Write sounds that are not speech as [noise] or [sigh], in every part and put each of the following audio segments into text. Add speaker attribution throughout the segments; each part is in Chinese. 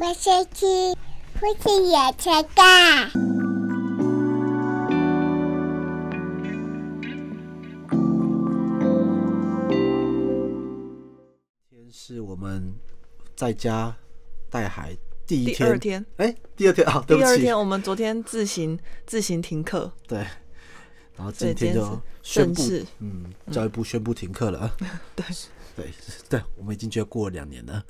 Speaker 1: 我先去，父亲也才干。
Speaker 2: 今天是我们在家带孩第一
Speaker 3: 第
Speaker 2: 天，
Speaker 3: 二天，
Speaker 2: 哎、第二天啊，对
Speaker 3: 第
Speaker 2: 不
Speaker 3: 二
Speaker 2: 起，
Speaker 3: 天我们昨天自行自行停课，
Speaker 2: 对，然后
Speaker 3: 所
Speaker 2: 今
Speaker 3: 以
Speaker 2: 天
Speaker 3: 今天
Speaker 2: 就是宣
Speaker 3: 正
Speaker 2: 布
Speaker 3: 式，嗯
Speaker 2: 嗯，教育部宣布停课了啊，
Speaker 3: [laughs] 对，
Speaker 2: 对对，我们已经觉得过了两年了，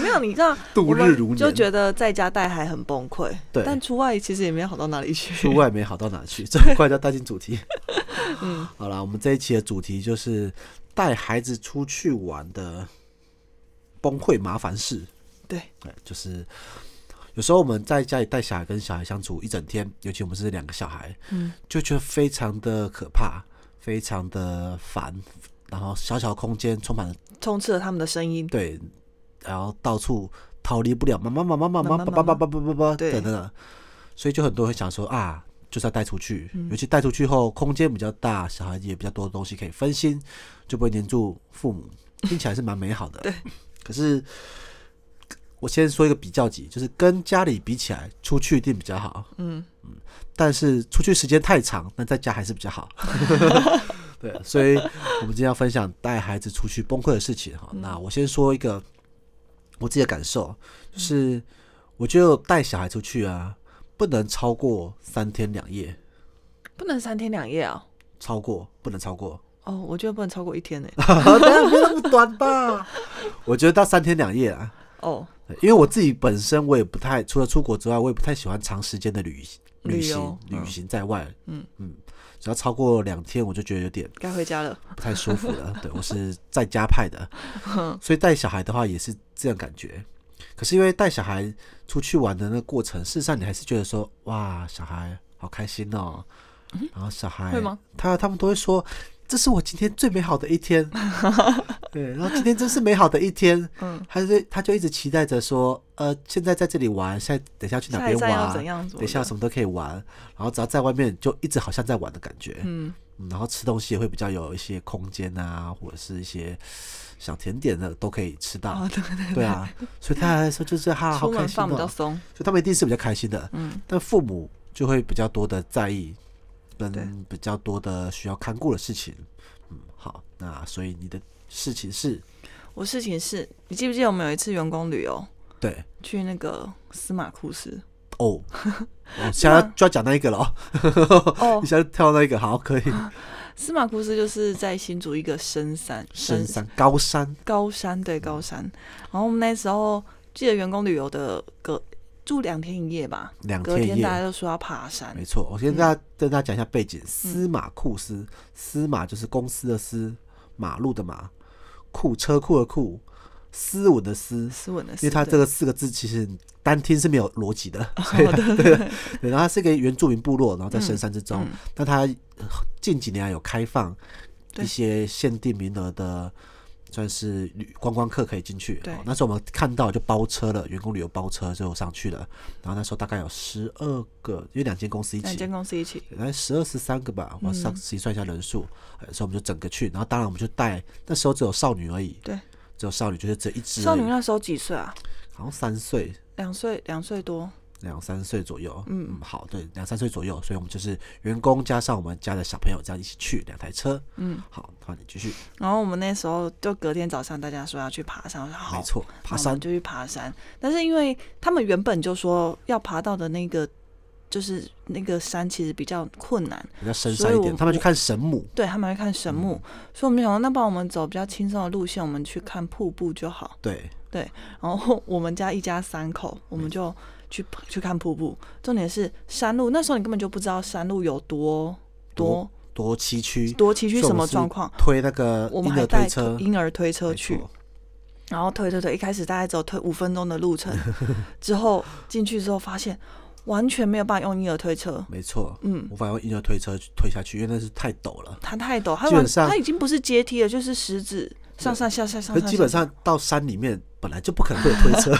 Speaker 3: 没有你知道，
Speaker 2: [laughs] 度
Speaker 3: 我们
Speaker 2: 日如年
Speaker 3: 就觉得在家带孩很崩溃，
Speaker 2: 对
Speaker 3: 但出外其实也没好到哪里去，
Speaker 2: 出外没好到哪去， [laughs] 这么快就要带进主题，嗯，好了，我们这一期的主题就是带孩子出去玩的崩溃麻烦事，
Speaker 3: [laughs] 对，
Speaker 2: 对，哎就是有时候我们在家里带小孩跟小孩相处一整天，尤其我们是两个小孩，
Speaker 3: 嗯，
Speaker 2: 就觉得非常的可怕，非常的烦，然后小小空间充满了
Speaker 3: 充斥了他们的声音，
Speaker 2: 对，然后到处逃离不了妈妈妈妈妈妈
Speaker 3: 妈妈
Speaker 2: 爸爸爸
Speaker 3: 妈
Speaker 2: 爸爸爸爸
Speaker 3: 对
Speaker 2: 等等等，所以就很多人想说啊。就是要带出去，
Speaker 3: 嗯
Speaker 2: 尤其带出去后空间比较大，小孩子也比较多东西可以分心，就不会黏住父
Speaker 3: [laughs]
Speaker 2: 母，听起来是蛮美好的。
Speaker 3: 对，
Speaker 2: 可是我先说一个比较级，就是跟家里比起来，出去一定比较好。
Speaker 3: 嗯
Speaker 2: 但是出去时间太长，那在家还是比较
Speaker 3: [laughs]
Speaker 2: 好。对，所以我们今天要分享带孩子出去崩溃的事情
Speaker 3: 嗯
Speaker 2: 哈。那我先说一个我自己的感受，就是我觉得带小孩出去啊，不能超过三天两夜，
Speaker 3: 不能三天两夜啊。
Speaker 2: 超过不能超
Speaker 3: [laughs]
Speaker 2: 过，
Speaker 3: 哦，我觉得不能超过一
Speaker 2: [laughs]
Speaker 3: 天呢。
Speaker 2: 等一下不要那么短吧？我觉得到三天两夜啊，
Speaker 3: 哦，
Speaker 2: 对因为我自己本身我也不太，除了出国之外，我也不太喜欢长时间的旅行旅
Speaker 3: 旅
Speaker 2: 行
Speaker 3: 游
Speaker 2: 旅
Speaker 3: 嗯
Speaker 2: 行在外，
Speaker 3: 嗯
Speaker 2: 嗯，只要超过两天，我就觉得有点
Speaker 3: 该回家了。
Speaker 2: 不太舒服了。 [laughs] 对我是在家派
Speaker 3: [laughs]
Speaker 2: 的，所以带小孩的话也是这样感觉。可是因为带小孩出去玩的那个过程，事实上你还是觉得说，哇，小孩好开心哦。然后小孩
Speaker 3: 嗯会吗？
Speaker 2: 他他们都会说，这是我今天最美好的一
Speaker 3: [laughs]
Speaker 2: 天。对，然后今天真是美好的一天。
Speaker 3: 嗯，
Speaker 2: 他就他就一直期待着说，呃，现在在这里玩，现在等一下要去哪
Speaker 3: 下一
Speaker 2: 边
Speaker 3: 站要
Speaker 2: 玩，
Speaker 3: 怎样做？
Speaker 2: 等一啊下有什么都可以玩。然后只要在外面，就一直好像在玩的感觉。
Speaker 3: 嗯，
Speaker 2: 嗯然后吃东西也会比较有一些空间啊，或者是一些小甜点的都可以吃到。
Speaker 3: 哦，对对对
Speaker 2: [laughs] 对啊，所以他来说就是哈、好
Speaker 3: [laughs] 出
Speaker 2: 开
Speaker 3: 门
Speaker 2: 心
Speaker 3: 放比较
Speaker 2: 哦，
Speaker 3: 松。
Speaker 2: 所以他们一定是比较开心的。
Speaker 3: 嗯，
Speaker 2: 但父母就会比较多的在意，
Speaker 3: 对
Speaker 2: 跟比较多的需要看顾的事情。嗯，好，那所以你的事情是
Speaker 3: 我事情是，你记不记得我们有一次员工旅游
Speaker 2: 对
Speaker 3: 去那个司马库斯？
Speaker 2: 哦，我现在就要讲那一个了哦， [laughs]
Speaker 3: 哦
Speaker 2: 一，下就跳到那一个，好，
Speaker 3: [laughs]
Speaker 2: 可以，
Speaker 3: 司马库斯就是在新竹一个深山，
Speaker 2: 深山高山，
Speaker 3: 高山，
Speaker 2: 嗯
Speaker 3: 对高山。然后我们那时候记得员工旅游的隔住两天一夜吧，
Speaker 2: 两
Speaker 3: 隔
Speaker 2: 天一
Speaker 3: 天
Speaker 2: 夜
Speaker 3: 大。家都说要爬山
Speaker 2: 没，错，我先
Speaker 3: 嗯
Speaker 2: 跟大家跟大家讲一下背景。司马库斯，司马就是公司的司，马路的马，库车库的库，斯文的斯。
Speaker 3: 斯文的斯，
Speaker 2: 因为它这
Speaker 3: [laughs] 对
Speaker 2: 个四个字其实单听是没有逻辑的，所以它对的对，然后它是一个原住民部落，然后在深山之中
Speaker 3: 嗯，
Speaker 2: 但它呃近几年来有开放一
Speaker 3: 对
Speaker 2: 些限定名额的，算是旅观光客可以进去。
Speaker 3: 对
Speaker 2: 哦那时候我们看到就包车了，员工旅游包车就上去了，然后那时候大概有十二个，因为两间公司一
Speaker 3: 两
Speaker 2: 起
Speaker 3: 间，公司一起，
Speaker 2: 大概十二十三个
Speaker 3: 嗯
Speaker 2: 吧，我上计算一下人数，呃所以我们就整个去，然后当然我们就带，那时候只有少女而已，
Speaker 3: 对，
Speaker 2: 只有少女，就是只有一只而已，
Speaker 3: 少女那时候几岁啊？
Speaker 2: 好像三岁，
Speaker 3: 两岁，两岁多。
Speaker 2: 两三岁左右，嗯好，对，两三岁左右，所以我们就是员工加上我们家的小朋友这样一起去，两台车，嗯，好，好，你继续，
Speaker 3: 然后我们那时候就隔天早上，大家说要去爬山，我说好
Speaker 2: 没，错，爬
Speaker 3: 那我
Speaker 2: 山
Speaker 3: 们，就去爬山。但是因为他们原本就说要爬到的那个，就是那个山其实比较困难，
Speaker 2: 比较深
Speaker 3: 所以
Speaker 2: 山一
Speaker 3: 我
Speaker 2: 点，他们去看神母，
Speaker 3: 对他们会看神木，
Speaker 2: 嗯
Speaker 3: 所以我们想说，那帮我们走比较轻松的路线，我们去看瀑布就好。
Speaker 2: 对，
Speaker 3: 然后我们家一家三口，我们就去去看瀑布。重点是山路，那时候你根本就不知道山路有多多
Speaker 2: 多崎岖，
Speaker 3: 多崎岖
Speaker 2: 所以
Speaker 3: 什
Speaker 2: 我们
Speaker 3: 么
Speaker 2: 是
Speaker 3: 状况。
Speaker 2: 推那个
Speaker 3: 我们
Speaker 2: 婴
Speaker 3: 还
Speaker 2: 儿推
Speaker 3: 带
Speaker 2: 车，
Speaker 3: 婴儿推车
Speaker 2: 没
Speaker 3: 去，
Speaker 2: 错
Speaker 3: 然后推推推，一开始大概只有推五分钟的
Speaker 2: [laughs]
Speaker 3: 路程，之后进去之后发现完全没有办法用婴儿推车，
Speaker 2: 没错，
Speaker 3: 嗯，
Speaker 2: 无法用婴儿推车去推下去，因为那是太陡了。
Speaker 3: 它太陡，它
Speaker 2: 基本
Speaker 3: 完
Speaker 2: 上
Speaker 3: 它已经不是阶梯了，就是石子上上下下上
Speaker 2: 可是
Speaker 3: 上下下， [laughs]
Speaker 2: 基本上到山里面，本来就不可能会有推车，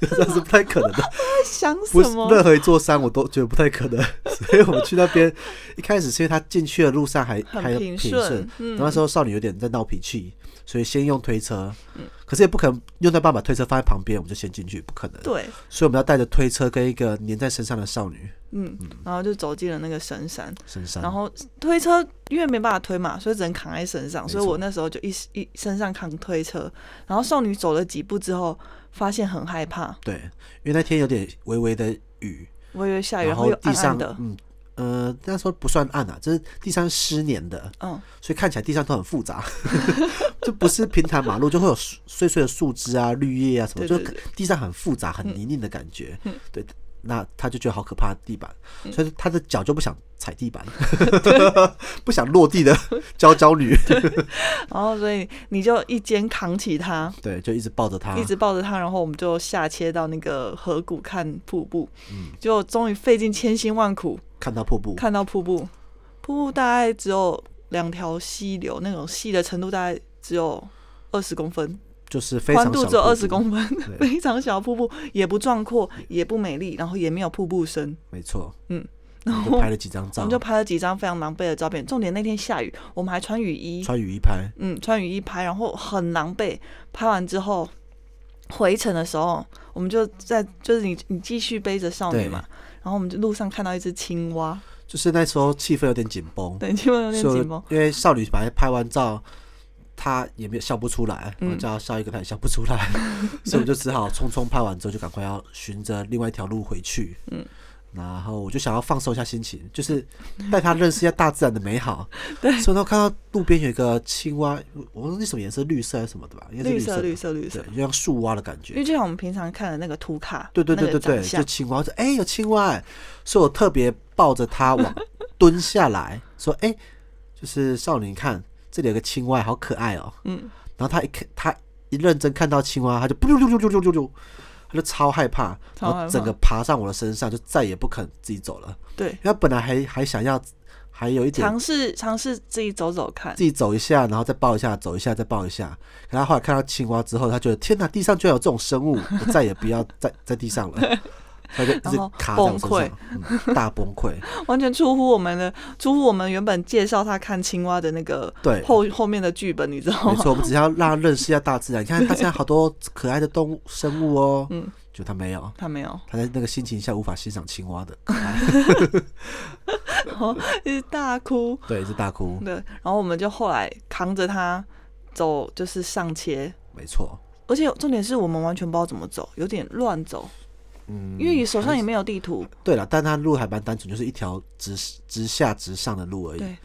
Speaker 2: 基本上是不太可
Speaker 3: [laughs]
Speaker 2: 能的。
Speaker 3: 想
Speaker 2: 不
Speaker 3: 什
Speaker 2: 是
Speaker 3: 么？
Speaker 2: 任何一座山我都觉得不太可能， [laughs] 所以我们去那边一开始是因为他进去的路上还
Speaker 3: 很
Speaker 2: 还
Speaker 3: 平
Speaker 2: 顺，
Speaker 3: 顺嗯
Speaker 2: 然后那时候少女有点在闹脾气，所以先用推车，
Speaker 3: 嗯
Speaker 2: 可是也不可能用到办法把推车放在旁边，我们就先进去，不可能。
Speaker 3: 对，
Speaker 2: 所以我们要带着推车跟一个粘在身上的少女
Speaker 3: 嗯，然后就走进了那个深山，
Speaker 2: 身上，
Speaker 3: 然后推车因为没办法推嘛，所以只能扛在身上，
Speaker 2: 错
Speaker 3: 所以我那时候就一一身上扛推车，然后少女走了几步之后，发现很害怕，
Speaker 2: 对，因为那天有点微微的雨，
Speaker 3: 我以为下
Speaker 2: 然
Speaker 3: 雨，然后
Speaker 2: 后
Speaker 3: 又
Speaker 2: 地
Speaker 3: 暗
Speaker 2: 上
Speaker 3: 暗的，
Speaker 2: 嗯呃那时候不算暗啊，就是地上湿黏的，
Speaker 3: 嗯，
Speaker 2: 所以看起来地上都很复杂， [laughs] 就不是平坦马路，就会有碎碎碎的树枝啊、绿叶啊什么，
Speaker 3: 对
Speaker 2: 就
Speaker 3: 对对
Speaker 2: 地上很复杂、很泥泞的感觉。
Speaker 3: 嗯
Speaker 2: 对，那他就觉得好可怕，地板，所以他的脚就不想踩地
Speaker 3: [laughs]
Speaker 2: 板， [laughs] 不想落地的娇娇女，
Speaker 3: 然后所以你就一肩扛起它，
Speaker 2: 对，就一直抱着他
Speaker 3: 一。直抱着它，然后我们就下切到那个河谷看瀑布，
Speaker 2: 嗯
Speaker 3: 就终于费尽千辛万苦
Speaker 2: 看到瀑布，
Speaker 3: 看到瀑布，瀑布大概只有两条溪流，那种细的程度大概只有二十公分，
Speaker 2: 就是非常
Speaker 3: 宽度
Speaker 2: 小
Speaker 3: 只有
Speaker 2: 瀑
Speaker 3: 二
Speaker 2: 布
Speaker 3: 十，公分，
Speaker 2: 对
Speaker 3: [laughs] 非常小瀑布，也不壮阔，也不美丽，然后也没有瀑布声。
Speaker 2: 没错。
Speaker 3: 嗯，
Speaker 2: 然后就拍了几张
Speaker 3: 我
Speaker 2: 照
Speaker 3: 们，就拍了几张非常狼狈的照片。重点那天下雨，我们还穿雨衣，
Speaker 2: 穿雨衣拍，
Speaker 3: 嗯，穿雨衣拍，然后很狼狈。拍完之后回程的时候，我们就在就是你你继续背着少女
Speaker 2: 对
Speaker 3: 嘛，然后我们就路上看到一只青蛙，
Speaker 2: 就是那时候气氛有点紧绷，
Speaker 3: 对，青蛙有点
Speaker 2: 所以
Speaker 3: 紧绷。
Speaker 2: 因为少女把她拍完照，她也没有笑不出来，
Speaker 3: 嗯
Speaker 2: 我叫她笑一个，她也笑不出
Speaker 3: [laughs]
Speaker 2: 来，所以我就只好匆匆拍完之后就赶快要循着另外一条路回去。嗯。然后我就想要放松一下心情，就是带她认识一下大自然的美
Speaker 3: [laughs]
Speaker 2: 好。对，所以她看到路边有一个青蛙，我忘记什么颜色，绿色还是什么的吧？应该是
Speaker 3: 绿
Speaker 2: 色
Speaker 3: 色，
Speaker 2: 的，
Speaker 3: 绿色，绿色
Speaker 2: 对，，就像树蛙的感
Speaker 3: 因
Speaker 2: 觉
Speaker 3: 为。就像我们平常看的那个图卡，
Speaker 2: 对对对对
Speaker 3: 那个
Speaker 2: 对，
Speaker 3: 长
Speaker 2: 就
Speaker 3: 相
Speaker 2: 青蛙，我说哎、有青蛙欸，所以我特别抱着它往 [laughs] 蹲下来说哎、就是少女你看这里有个青蛙，好可爱哦、
Speaker 3: 嗯，
Speaker 2: 然后他一看，他一认真看到青蛙，他就 [laughs] 不溜溜溜溜溜溜溜，他就超害怕，
Speaker 3: 超
Speaker 2: 然
Speaker 3: 害怕
Speaker 2: 后整个爬上我的身上，就再也不肯自己走了。
Speaker 3: 对
Speaker 2: 因为他本来还还想要，还有一点
Speaker 3: 尝试尝试自己走走看
Speaker 2: 自，己走一下，然后再抱一下，走一下再抱一下。可他后来看到青蛙之后，他觉得天哪，地上居然有这种生物，我再也不要在在地上了。他就一直
Speaker 3: 然后
Speaker 2: 卡在我身
Speaker 3: 崩溃
Speaker 2: 上，嗯、大崩
Speaker 3: [laughs]
Speaker 2: 溃。
Speaker 3: 完全出乎我们的，出乎我们原本介绍他看青蛙的那个
Speaker 2: 对
Speaker 3: 后后面的剧本，你知道
Speaker 2: 没
Speaker 3: 吗？
Speaker 2: 错，我们只要让他认识一下大自然。你看，大自然好多可爱的动物生物哦。
Speaker 3: 嗯，
Speaker 2: 就他没有，
Speaker 3: 他没有，
Speaker 2: 他在那个心情下无法欣赏青蛙的。
Speaker 3: 然后一直大哭，
Speaker 2: 对，是大哭，
Speaker 3: 对，然后我们就后来扛着他走，就是上切，
Speaker 2: 没错，
Speaker 3: 而且重点是我们完全不知道怎么走，有点乱走，
Speaker 2: 嗯，
Speaker 3: 因为手上也没有地图，
Speaker 2: 对了，但它路还蛮单纯，就是一条直直下直上的路而已
Speaker 3: 对，然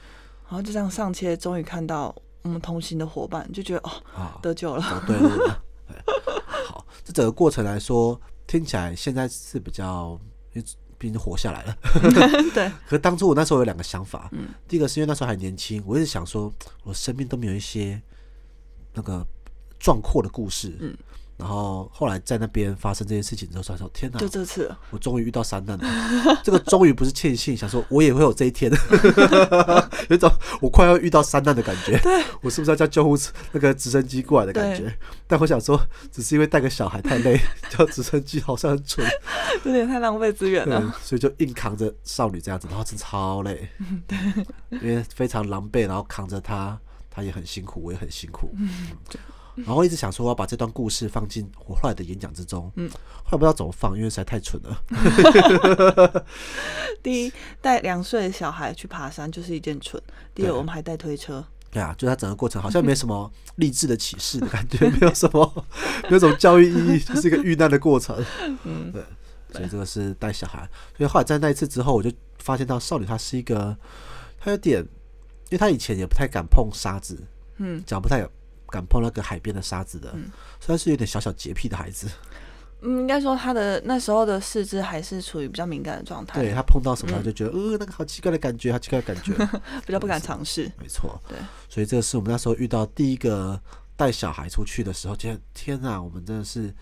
Speaker 3: 后就这样上切，终于看到我们同行的伙伴，就觉得哦，
Speaker 2: 啊，
Speaker 3: 得救了， [laughs]
Speaker 2: 走对路了。对好，这整个过程来说，听起来现在是比较，因为毕竟活下来了。 [laughs]
Speaker 3: 对，
Speaker 2: 可是当初我那时候有两个想法，
Speaker 3: 嗯
Speaker 2: 第一个是因为那时候还年轻，我一直想说，我身边都没有一些那个壮阔的故事。
Speaker 3: 嗯
Speaker 2: 然后后来在那边发生这件事情之后，才说天哪，
Speaker 3: 就这次了，
Speaker 2: 我终于遇到三难了。这个终于不是庆幸，想说我也会有这一天， [laughs] 有一种我快要遇到三难的感觉。对，我是不是要叫救护车那个直升机过来的感觉？但我想说，只是因为带个小孩太累， [laughs] 叫直升机好像很 [laughs] 蠢，
Speaker 3: 有点太浪费资源啊
Speaker 2: 对
Speaker 3: 了，，
Speaker 2: 所以就硬扛着少女这样子，然后真的超累，嗯对，因为非常狼狈，然后扛着她，她也很辛苦，我也很辛苦。嗯然后一直想说我要把这段故事放进我后来的演讲之中，嗯，后来不知道怎么放，因为实在太蠢了。
Speaker 3: 第一，带两岁的小孩去爬山就是一件蠢；第
Speaker 2: 对
Speaker 3: 二，我们还带推车，
Speaker 2: 对啊，就它整个过程好像没什么励志的启示的感觉， [laughs] 没有什么，没有什么教育意义，就是一个遇难的过程。嗯，对，所以这个是带小孩。所以后来在那一次之后，我就发现到少女她是一个，她有点，因为她以前也不太敢碰沙子，
Speaker 3: 嗯，
Speaker 2: 脚不太敢碰那个海边的沙子的，所以她是有点小小洁癖的孩子。
Speaker 3: 嗯，应该说他的那时候的四肢还是处于比较敏感的状态，
Speaker 2: 对她碰到什么，她就觉得，呃，那个好奇怪的感觉，好奇怪的感 [laughs] 觉。
Speaker 3: [laughs] 比较不敢尝试。
Speaker 2: 没错，
Speaker 3: 对，
Speaker 2: 所以这是我们那时候遇到第一个带小孩出去的时候，觉得天哪，我们真的是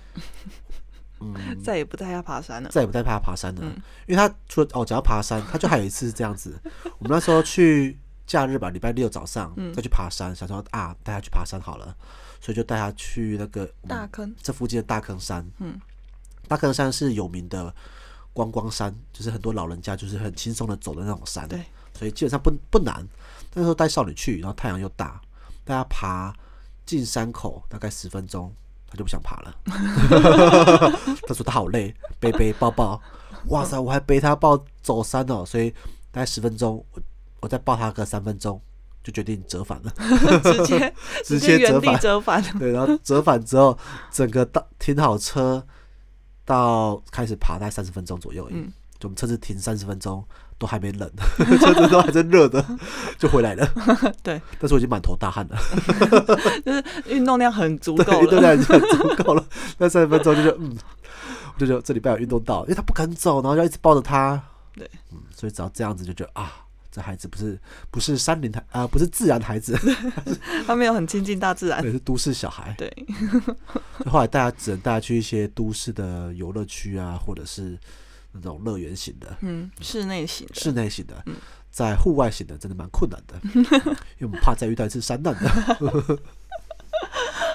Speaker 3: 再也不带他爬山了。
Speaker 2: 嗯
Speaker 3: 嗯
Speaker 2: 再也不带怕爬山了，因为他除了哦，只要爬山，他就还有一次是这样
Speaker 3: [laughs]
Speaker 2: 子，我们那
Speaker 3: 嗯
Speaker 2: 时候去假日吧，礼拜六早上再去爬山，想说啊，带他去爬山好了，所以就带他去那个我们
Speaker 3: 大坑
Speaker 2: 这附近的大坑山。嗯，大坑山是有名的观光山，就是很多老人家就是很轻松的走的那种山。
Speaker 3: 对，
Speaker 2: 所以基本上不不难。那时候带少女去，然后太阳又大，大家爬进山口大概十分钟，他就不想爬了。 [laughs] 他说他好累，背背抱抱，哇塞，我还背他抱走山哦，所以大概十分钟，我我再抱他个三分钟，就决定折返了。
Speaker 3: 直接
Speaker 2: [laughs] [laughs] 直接
Speaker 3: 接
Speaker 2: 折
Speaker 3: 原地
Speaker 2: 返
Speaker 3: 折返，
Speaker 2: [laughs] 对，然后折返之后，整个到停好车到开始爬，大概三十分钟左右而已。
Speaker 3: 嗯
Speaker 2: 就我们车子停三十分钟都还没冷， [laughs] 车子都还在热的，就回来了。
Speaker 3: [laughs] 对，
Speaker 2: 但是我已经满头大汗了，
Speaker 3: 就是运动量很足
Speaker 2: 对，
Speaker 3: 够
Speaker 2: 运动
Speaker 3: 了。
Speaker 2: 量已经很足够了。那三十分钟就觉得嗯，我就觉得这礼拜有运动到，因为他不肯走，然后就一直抱着他。
Speaker 3: 对，
Speaker 2: 嗯，所以只要这样子就觉得啊，这孩子不是不是山林孩啊、不是自然孩子， [laughs]
Speaker 3: 他没有很亲近大自然，
Speaker 2: 对，是嗯都市小孩。
Speaker 3: 对，
Speaker 2: 后来大家只能带他去一些都市的游乐区啊，或者是那种乐园型的、
Speaker 3: 嗯，室内型的，
Speaker 2: 室内型的
Speaker 3: 嗯，
Speaker 2: 在户外型的真的蛮困
Speaker 3: [laughs]
Speaker 2: 难的，嗯因为我们怕再遇到一次山难的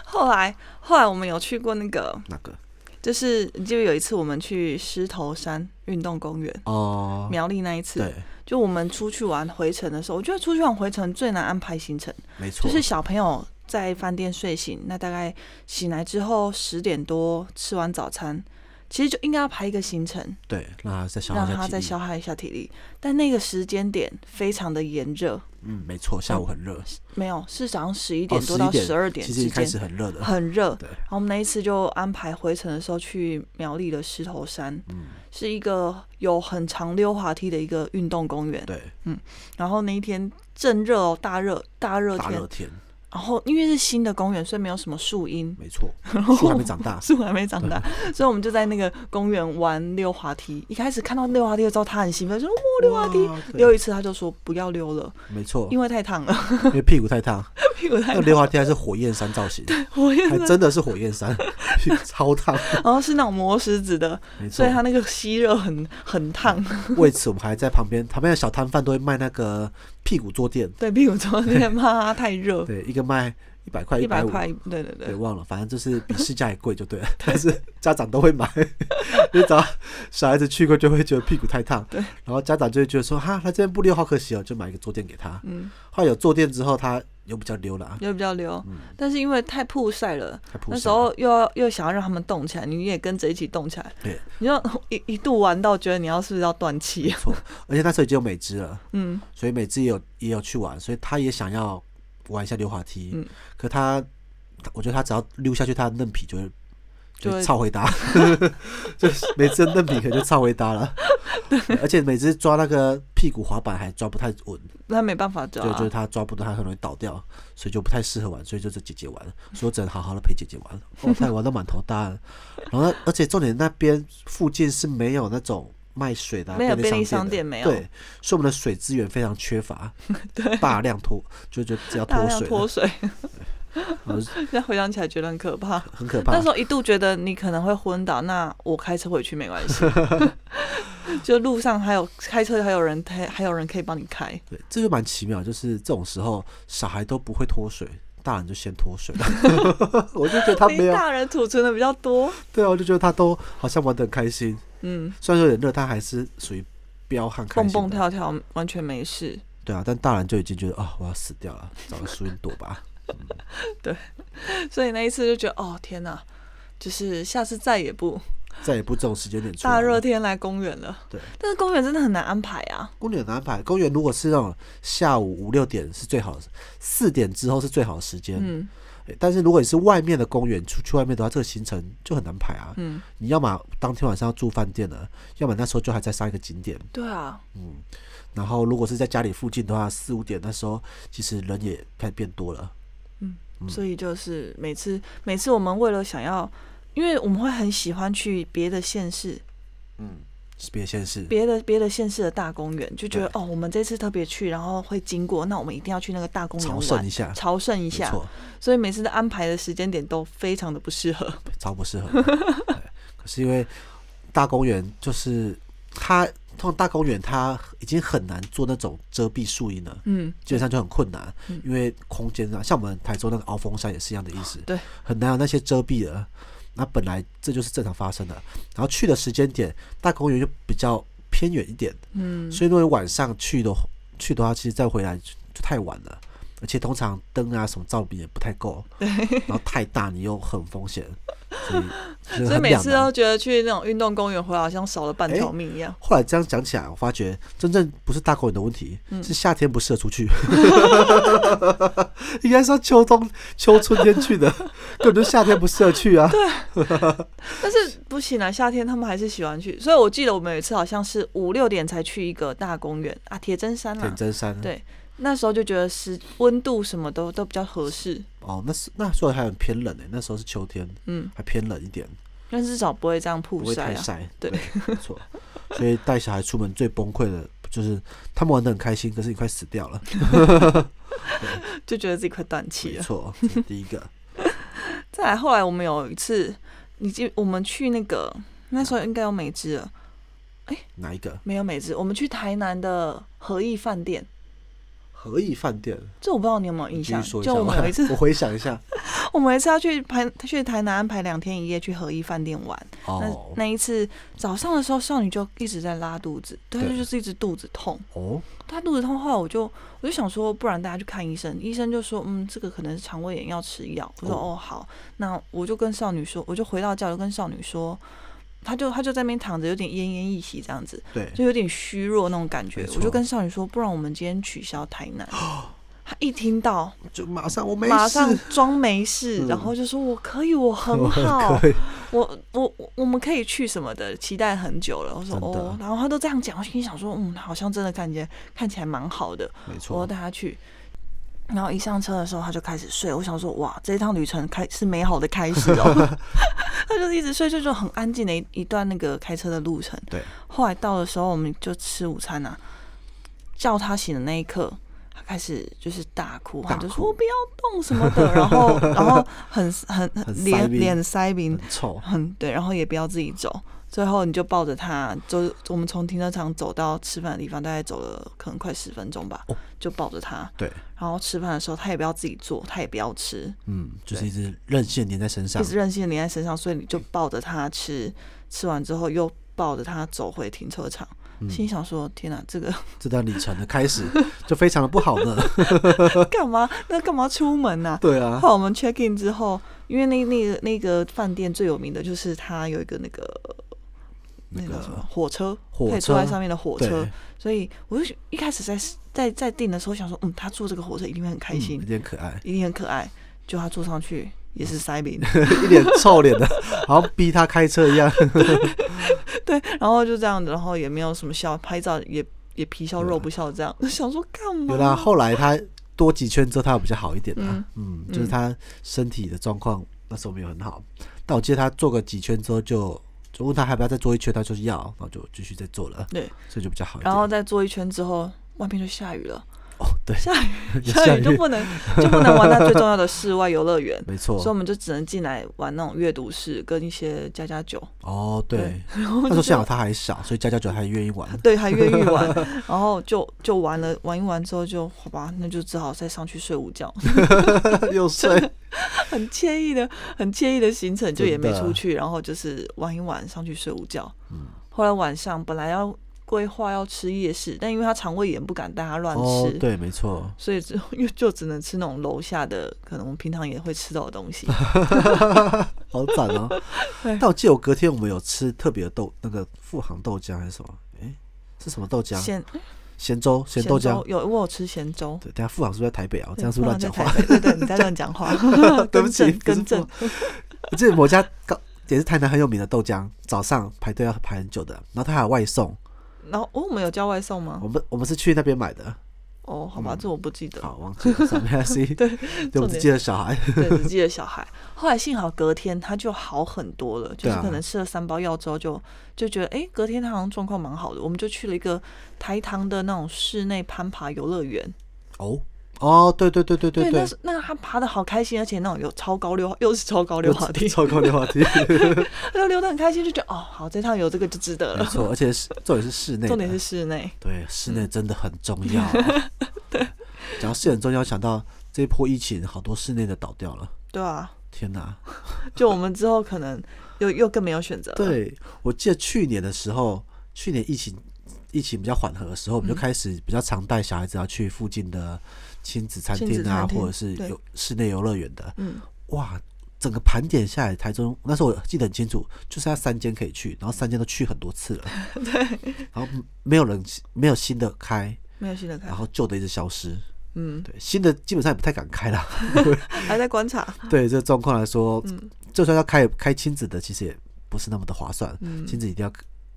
Speaker 3: 后来，后来我们有去过那个，
Speaker 2: 那
Speaker 3: [laughs]
Speaker 2: 个
Speaker 3: 就是就有一次我们去狮头山运动公园，
Speaker 2: 哦。
Speaker 3: 苗栗那一次，
Speaker 2: 对，
Speaker 3: 就我们出去玩回程的时候，我觉得出去玩回程最难安排行程，
Speaker 2: 没错，
Speaker 3: 就是小朋友在饭店睡醒，那大概醒来之后十点多吃完早餐，其实就应该要排一个行程，
Speaker 2: 对，让他再消
Speaker 3: 让
Speaker 2: 耗
Speaker 3: 他
Speaker 2: 一
Speaker 3: 再
Speaker 2: 下体
Speaker 3: 消
Speaker 2: 力。
Speaker 3: 耗一下体力。但那个时间点非常的炎热，
Speaker 2: 嗯，没错，下午很热，
Speaker 3: 没有是早上十一
Speaker 2: 哦，
Speaker 3: 点
Speaker 2: 十
Speaker 3: 多到
Speaker 2: 一
Speaker 3: 十二点
Speaker 2: 其实已
Speaker 3: 之
Speaker 2: 经开始
Speaker 3: 间，
Speaker 2: 很热了。
Speaker 3: 很热。
Speaker 2: 对，
Speaker 3: 然后我们那一次就安排回程的时候去苗栗的石头山，
Speaker 2: 嗯，
Speaker 3: 是一个有很长溜滑梯的一个运动公园。
Speaker 2: 对，
Speaker 3: 然后那一天正热哦，大热大热
Speaker 2: 大
Speaker 3: 天
Speaker 2: 热。天，
Speaker 3: 然后因为是新的公园，所以没有什么树荫，，
Speaker 2: 没错，树还没长大
Speaker 3: [laughs] 树还没长
Speaker 2: [laughs]
Speaker 3: 大，所以我们就在那个公园玩溜滑梯。一开始看到溜滑梯的时候，他很兴奋，就说：“哇，溜滑梯
Speaker 2: 哇！”对哦
Speaker 3: 溜一次他就说：“不要溜了，
Speaker 2: 没错，
Speaker 3: 因为太烫了， [laughs]
Speaker 2: 因为屁股太烫，
Speaker 3: 屁股太
Speaker 2: [laughs] 那
Speaker 3: 烫。
Speaker 2: 溜滑梯还是火焰山
Speaker 3: [laughs]
Speaker 2: 造型，
Speaker 3: 我也
Speaker 2: 还
Speaker 3: 是。
Speaker 2: 真的是火焰山， [laughs] 超
Speaker 3: [laughs]
Speaker 2: 烫，
Speaker 3: 然后是那种磨石子的，
Speaker 2: 没错
Speaker 3: 所以。它那个吸热很很烫， [laughs]
Speaker 2: 为此，我们还在旁边，旁边的小摊贩都会卖那个屁股坐垫，
Speaker 3: 对屁股坐垫怕它太热，
Speaker 2: 对，一个卖一百块，
Speaker 3: 哦一百
Speaker 2: 百五，
Speaker 3: 块，对对
Speaker 2: 对，
Speaker 3: 对，
Speaker 2: 忘了，反正就是比市价也贵就对了，但是家长都会
Speaker 3: [laughs]
Speaker 2: 买，因为只要小孩子去过就会觉得屁股太烫，
Speaker 3: 对，
Speaker 2: 然后家长就会觉得说哈，他这边不溜好可惜哦，就买一个坐垫给他。
Speaker 3: 嗯，
Speaker 2: 后来有坐垫之后，他又比较溜了啊，
Speaker 3: 又比较溜
Speaker 2: 嗯，
Speaker 3: 但是因为太曝晒了，
Speaker 2: 太铺
Speaker 3: 那时
Speaker 2: 晒了
Speaker 3: 候又要又想要让他们动起来，你也跟着一起动起来，
Speaker 2: 对，
Speaker 3: 你就一一度玩到觉得你要是不是要断气 [laughs]
Speaker 2: 没？错，而且那时候已经有美姿了，
Speaker 3: 嗯，
Speaker 2: 所以美姿也有也有去玩，所以他也想要玩一下溜滑梯，
Speaker 3: 嗯
Speaker 2: 可他我觉得他只要溜下去，他的嫩皮就会
Speaker 3: 就
Speaker 2: 就
Speaker 3: 会
Speaker 2: 超回答，就是每次的嫩皮可能就超回答了，而且每次抓那个屁股滑板还抓不太稳，
Speaker 3: 那没办法抓、
Speaker 2: 对，就是他抓不到，他很容易倒掉，所以就不太适合玩，所以就是姐姐玩，所以我只能好好的陪姐姐玩，哦，她也玩到满头大
Speaker 3: [laughs]
Speaker 2: 汗，然后而且重点那边附近是没有那种。卖水的啊、
Speaker 3: 没有便利
Speaker 2: 商
Speaker 3: 商
Speaker 2: 店
Speaker 3: 店
Speaker 2: 的
Speaker 3: 没有
Speaker 2: 对，所以我们的水资源非常缺乏，
Speaker 3: [laughs] 对
Speaker 2: 大量脱，就就只要
Speaker 3: 大
Speaker 2: 脱
Speaker 3: 量
Speaker 2: 水
Speaker 3: 啊脱
Speaker 2: 了，
Speaker 3: 水， [laughs]
Speaker 2: 然后
Speaker 3: 现在回想起来觉得很可怕。
Speaker 2: 很可怕。
Speaker 3: 那时候一度觉得你可能会昏倒，那我开车回去没关系，
Speaker 2: [laughs]
Speaker 3: 就路上还有开车还有人还还有人可以帮你开，
Speaker 2: 对，这就蛮奇妙，就是这种时候小孩都不会脱水，大人就先脱
Speaker 3: [laughs]
Speaker 2: 水 [laughs] 了。我就觉得他没
Speaker 3: 你
Speaker 2: 有，
Speaker 3: 大人储存的比较多，
Speaker 2: 对啊，我就觉得他都好像玩得很开心，
Speaker 3: 嗯，
Speaker 2: 虽然说有点热，他还是属于彪悍开
Speaker 3: 蹦
Speaker 2: 心的
Speaker 3: 蹦跳跳完全没事。
Speaker 2: 对啊，但大人就已经觉得啊、我要死掉了，找个树荫躲吧。 [laughs]
Speaker 3: 所以那一次就觉得，哦天哪，就是下次再也不
Speaker 2: 再也不这种时间点出来
Speaker 3: 大
Speaker 2: 了。
Speaker 3: 热天来公园了。
Speaker 2: 对，
Speaker 3: 但是公园真的很难安排啊。
Speaker 2: 公园很难排，公园如果是那种下午五六点是最好的，四点之后是最好的时间。
Speaker 3: 嗯
Speaker 2: 欸但是如果你是外面的公园，出去外面的话，这个行程就很难排啊。
Speaker 3: 嗯，
Speaker 2: 你要么当天晚上要住饭店了，要么那时候就还在上一个景点。
Speaker 3: 对啊，
Speaker 2: 然后如果是在家里附近的话，四五点那时候其实人也开始变多了。嗯
Speaker 3: 所以就是每次每次我们为了想要，因为我们会很喜欢去别的县市、
Speaker 2: 嗯，是别现市。
Speaker 3: 别的别的县市的大公园，就觉得哦，我们这次特别去，然后会经过，那我们一定要去那个大公园
Speaker 2: 朝
Speaker 3: 玩，
Speaker 2: 圣一下
Speaker 3: 朝圣一
Speaker 2: 没
Speaker 3: 下。
Speaker 2: 错，
Speaker 3: 所以每次的安排的时间点都非常的不适合。
Speaker 2: 超不适合的。对可是因为大公园就是它通常大公园它已经很难做那种遮蔽树荫了，
Speaker 3: 嗯，
Speaker 2: 基本上就很困难，因为空间啊，像我们台州那个鳌峰山也是一样的意思，
Speaker 3: 对，
Speaker 2: 很难有那些遮蔽的。那本来这就是正常发生的，然后去的时间点，大公园就比较偏远一点，
Speaker 3: 嗯，
Speaker 2: 所以如果晚上去的话去的话，其实再回来就就太晚了，而且通常灯啊什么照明也不太够，然后太大你又很风险，所以就是
Speaker 3: [laughs] 所以
Speaker 2: 很啊
Speaker 3: 每
Speaker 2: 两
Speaker 3: 次
Speaker 2: 难
Speaker 3: 都觉得去那种运动公园回来好像少了半条
Speaker 2: 哎
Speaker 3: 命一样。
Speaker 2: 后来这样讲起来，我发觉真正不是大狗眼的问题，
Speaker 3: 嗯
Speaker 2: 是夏天不适合出
Speaker 3: [laughs]
Speaker 2: 去， [laughs] 应该是要秋冬、秋春天去
Speaker 3: [laughs]
Speaker 2: 的，根本就夏天不适合去啊。
Speaker 3: 但是不行啊，夏天他们还是喜欢去。所以我记得我们有一次好像是五六点才去一个大公园啊，铁针山啦
Speaker 2: 田。真山，
Speaker 3: 对，那时候就觉得是温度什么都都比较合适，
Speaker 2: 哦，那是那时候还很偏冷呢、欸那时候是秋天，
Speaker 3: 嗯，
Speaker 2: 还偏冷一点，
Speaker 3: 但至少不会这样
Speaker 2: 不
Speaker 3: 曝
Speaker 2: 会太
Speaker 3: 晒啊。
Speaker 2: 晒，
Speaker 3: 对，
Speaker 2: 没错。所以带小孩出门最崩溃的就是他们玩的很开心，可是你快死掉了，
Speaker 3: 就觉得自己快断气
Speaker 2: 没
Speaker 3: 了。
Speaker 2: 错，这是第一个。
Speaker 3: 再来，后来我们有一次，你记我们去那个那时候应该有美芝了，
Speaker 2: 哪一个？
Speaker 3: 没有美芝，我们去台南的和逸饭店。
Speaker 2: 和义饭店，
Speaker 3: 这我不知道你有没有
Speaker 2: 你
Speaker 3: 印
Speaker 2: 继
Speaker 3: 象
Speaker 2: 续，说一下
Speaker 3: 就我们有一次
Speaker 2: 吧，， [laughs] 我回想一下。
Speaker 3: 我们有一次要去排去台南安排两天一夜去和逸饭店玩，
Speaker 2: 哦
Speaker 3: [laughs] 那那一次早上的时候，少女就一直在拉肚子，对，她
Speaker 2: 对
Speaker 3: 就是一直肚子痛。
Speaker 2: 哦，
Speaker 3: 她肚子痛后来，我就我就想说，不然大家去看医生。医生就说，嗯，这个可能是肠胃炎，要吃药。我说，
Speaker 2: 哦
Speaker 3: 哦，好。那我就跟少女说，我就回到家，我就跟少女说，她就她就在那边躺着，有点奄奄一息这样子，
Speaker 2: 对，
Speaker 3: 就有点虚弱那种感觉
Speaker 2: 哎没。错
Speaker 3: 我就跟少女说，不然我们今天取消台南。她一听到，
Speaker 2: 就马上我没
Speaker 3: 马上
Speaker 2: 事
Speaker 3: 装没事，
Speaker 2: 嗯
Speaker 3: 然后就说我可以，我很好，
Speaker 2: 可以，
Speaker 3: 我我我我们可以去什么的，期待很久了。我说
Speaker 2: 真的
Speaker 3: 哦，然后他都这样讲，我心里想说，嗯，好像真的感觉看起来蛮好的，
Speaker 2: 没
Speaker 3: 我要
Speaker 2: 错，
Speaker 3: 带他去。然后一上车的时候，他就开始睡。我想说，哇，这一趟旅程开是美好的开始
Speaker 2: [laughs]
Speaker 3: 哦。 [laughs] 他就是一直睡，睡就很安静的一一段那个开车的路程。
Speaker 2: 对，
Speaker 3: 后来到的时候，我们就吃午餐啊。叫他醒的那一刻，他开始就是大哭，
Speaker 2: 大
Speaker 3: 他就
Speaker 2: 哭
Speaker 3: 说我不要动什么的，然后然后很很
Speaker 2: 很塞嗯
Speaker 3: 脸
Speaker 2: 宾
Speaker 3: 脸塞冰，
Speaker 2: 很臭，
Speaker 3: 很对，然后也不要自己走。最后你就抱着他，就是我们从停车场走到吃饭的地方，大概走了可能快十分钟吧，
Speaker 2: 哦
Speaker 3: 就抱着他。
Speaker 2: 对，
Speaker 3: 然后吃饭的时候，他也不要自己做，他也不要吃，
Speaker 2: 嗯，就是一只韧性粘在身上
Speaker 3: 一，直任性的黏在身上，所以你就抱着他吃，吃完之后又抱着他走回停车场，
Speaker 2: 嗯
Speaker 3: 心想说：天哪，
Speaker 2: [laughs]
Speaker 3: 这个
Speaker 2: 这段旅程的开始就非常的不好呢。
Speaker 3: 干嘛？那干嘛出门呢、
Speaker 2: 对啊，
Speaker 3: 后来我们 check in 之后，因为那那个那个饭店最有名的就是它有一个那个
Speaker 2: 那
Speaker 3: 那
Speaker 2: 个
Speaker 3: 个什么火车，
Speaker 2: 火
Speaker 3: 可以坐在
Speaker 2: 车
Speaker 3: 上面的火
Speaker 2: 对
Speaker 3: 车，所以我就一开始在在在订的时候想说，嗯，他坐这个火车一定会很开
Speaker 2: 嗯
Speaker 3: 心，
Speaker 2: 有点可爱，
Speaker 3: 一定很可爱。就他坐
Speaker 2: [laughs]
Speaker 3: 上去也是塞饼， [laughs]
Speaker 2: 一脸臭脸的，好像逼他开车一样。
Speaker 3: 对，然后就这样子，然后也没有什么笑，拍照也也皮笑
Speaker 2: 啊
Speaker 3: 肉不笑这样。 [laughs] 我想说干嘛？
Speaker 2: 有啦，后来他多几圈之后，他有比较好一点啦
Speaker 3: 嗯。
Speaker 2: 嗯，就是他身体的状况那时候没有很好，但我记得他做个几圈之后就。就问他还要不要再做一圈，他说要，然后就继续再做了，
Speaker 3: 对，
Speaker 2: 所以就比较好一点。
Speaker 3: 然后再坐一圈之后，外面就下雨
Speaker 2: [laughs]
Speaker 3: 了，
Speaker 2: 哦，对，
Speaker 3: 下雨
Speaker 2: 也
Speaker 3: 下
Speaker 2: 下
Speaker 3: 雨就
Speaker 2: 雨。
Speaker 3: 不能就不能玩他最重要的室外游乐园
Speaker 2: [laughs] 没错
Speaker 3: 所以我。们就只能进来玩那种阅读室跟一些加加酒，
Speaker 2: 哦，对，
Speaker 3: 然后
Speaker 2: 那时
Speaker 3: 就
Speaker 2: 候
Speaker 3: 这
Speaker 2: 幸好
Speaker 3: 样
Speaker 2: 他还小，所以家家酒他还愿意 [laughs] 玩。
Speaker 3: 对，还越狱玩，然后就就玩了玩一玩之后就好吧，那就只好再上去睡午觉，
Speaker 2: 又睡，
Speaker 3: 很惬意的很惬意的行程，就也没
Speaker 2: 真的啊嗯
Speaker 3: 出去，然后就是玩一玩上去睡午觉。后来晚上本来要规划要吃夜市，但因为他肠胃炎不敢大家乱吃，
Speaker 2: 哦，对，没错，
Speaker 3: 所以就又就只 [laughs] 能吃那种楼下的，可能我们平常也会吃到的东
Speaker 2: [laughs]
Speaker 3: 西。
Speaker 2: 好惨哦。
Speaker 3: [laughs] 对
Speaker 2: 但我记得我隔天我们有吃特别的豆，那个富航豆浆还是什么？诶，是什么豆浆？
Speaker 3: 咸
Speaker 2: 咸粥，咸豆浆。
Speaker 3: 有我有吃咸粥。
Speaker 2: 对，等一下富航是不是在台北啊？我
Speaker 3: 对
Speaker 2: 这样是不是乱讲
Speaker 3: 不
Speaker 2: 话？。
Speaker 3: 然在台北对对，你在乱讲话
Speaker 2: [laughs] 对不起
Speaker 3: 更正
Speaker 2: 不是
Speaker 3: 更正。
Speaker 2: 我记得某家高也是台南很有名的豆浆，早上排队要排很久的，然后他还有外送。
Speaker 3: 然后哦，我们有叫外送吗？
Speaker 2: 我们我们是去那边买的，
Speaker 3: 哦，好吧，
Speaker 2: 嗯
Speaker 3: 这我不记得，
Speaker 2: 好忘记了，算了没关
Speaker 3: [laughs]
Speaker 2: 系。对，我们只记得小孩。 [laughs]
Speaker 3: 对，只记得小孩。后来幸好隔天他就好很多了，就
Speaker 2: 对
Speaker 3: 是
Speaker 2: 啊
Speaker 3: 可能吃了三包药之后就就觉得，哎、隔天他好像状况蛮好的。我们就去了一个台糖的那种室内攀爬游乐园，
Speaker 2: 哦，哦，对对对对对
Speaker 3: 那是那个他爬的好开心，而且那种有超高溜， [laughs] 又是超高溜
Speaker 2: 有
Speaker 3: 滑梯，
Speaker 2: 超高溜滑梯，
Speaker 3: 他就溜得很开心，就觉得哦，好，这趟有这个就值得
Speaker 2: 没
Speaker 3: 了。
Speaker 2: 错，而且是重点是室内的，
Speaker 3: 重点是室嗯内，
Speaker 2: 对，室内真的很重
Speaker 3: [laughs]
Speaker 2: 要、啊。对， [laughs] 讲到室内很重要，想到这一波疫情，好多室内的倒掉了。
Speaker 3: 对啊，
Speaker 2: 天
Speaker 3: [laughs]
Speaker 2: 哪！
Speaker 3: 就我们之后可能又又更没有选择。，
Speaker 2: 对我记得去年的时候，去年疫情疫情比较缓和的时候，我
Speaker 3: 嗯
Speaker 2: 们就开始比较常带小孩子要去附近的亲子餐
Speaker 3: 亲子
Speaker 2: 厅啊，
Speaker 3: 餐厅
Speaker 2: 或者是
Speaker 3: 对
Speaker 2: 游室内游乐园的。
Speaker 3: 嗯，
Speaker 2: 哇，整个盘点下来，台中那时候我记得很清楚，就是那三间可以去，然后三间都去很多次了，
Speaker 3: [laughs] 对，
Speaker 2: 然后没有人没有新的开，
Speaker 3: 没有新的开
Speaker 2: 然，后旧的一直消失。
Speaker 3: 嗯，
Speaker 2: 对，新的基本上也不太敢开了。
Speaker 3: 还在观察。
Speaker 2: [laughs] 对这状况来说，
Speaker 3: 嗯
Speaker 2: 就算要开开亲子的，其实也不是那么的划算。亲子一定要